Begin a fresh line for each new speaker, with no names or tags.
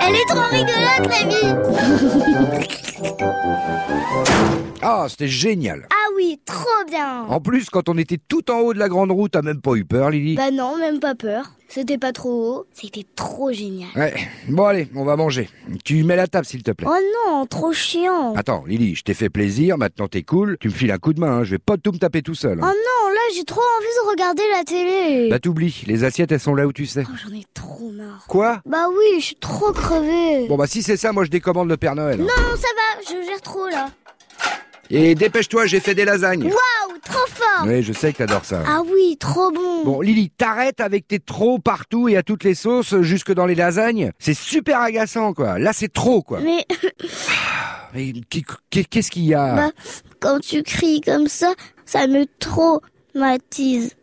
Elle est trop rigolote, Rémi
Ah, c'était génial.
Ah oui, trop bien
En plus, quand on était tout en haut de la grande route, t'as même pas eu peur, Lily.
Bah non, même pas peur. C'était pas trop haut, c'était trop génial.
Ouais. Bon, allez, on va manger. Tu mets la table, s'il te plaît.
Oh non, trop chiant
Attends, Lily, je t'ai fait plaisir, maintenant t'es cool. Tu me files un coup de main, hein, je vais pas tout me taper tout seul.
Oh
hein.
non, là j'ai trop envie de regarder la télé
Bah t'oublies, les assiettes, elles sont là où tu sais.
Oh, j'en ai trop marre.
Quoi
Bah oui, je suis trop crevée.
Bon, bah si c'est ça, moi je décommande le Père Noël. hein.
Non, ça va, je gère trop là.
Et dépêche-toi, j'ai fait des lasagnes.
Waouh, trop fort
Oui, je sais que t'adores ça. hein.
Ah oui, trop bon
Bon, Lily, t'arrêtes avec tes trop partout et à toutes les sauces, jusque dans les lasagnes. C'est super agaçant, quoi. Là, c'est trop, quoi.
Mais
Mais qui- qui- Qu'est-ce qu'il y a
bah, quand tu cries comme ça, ça me traumatise.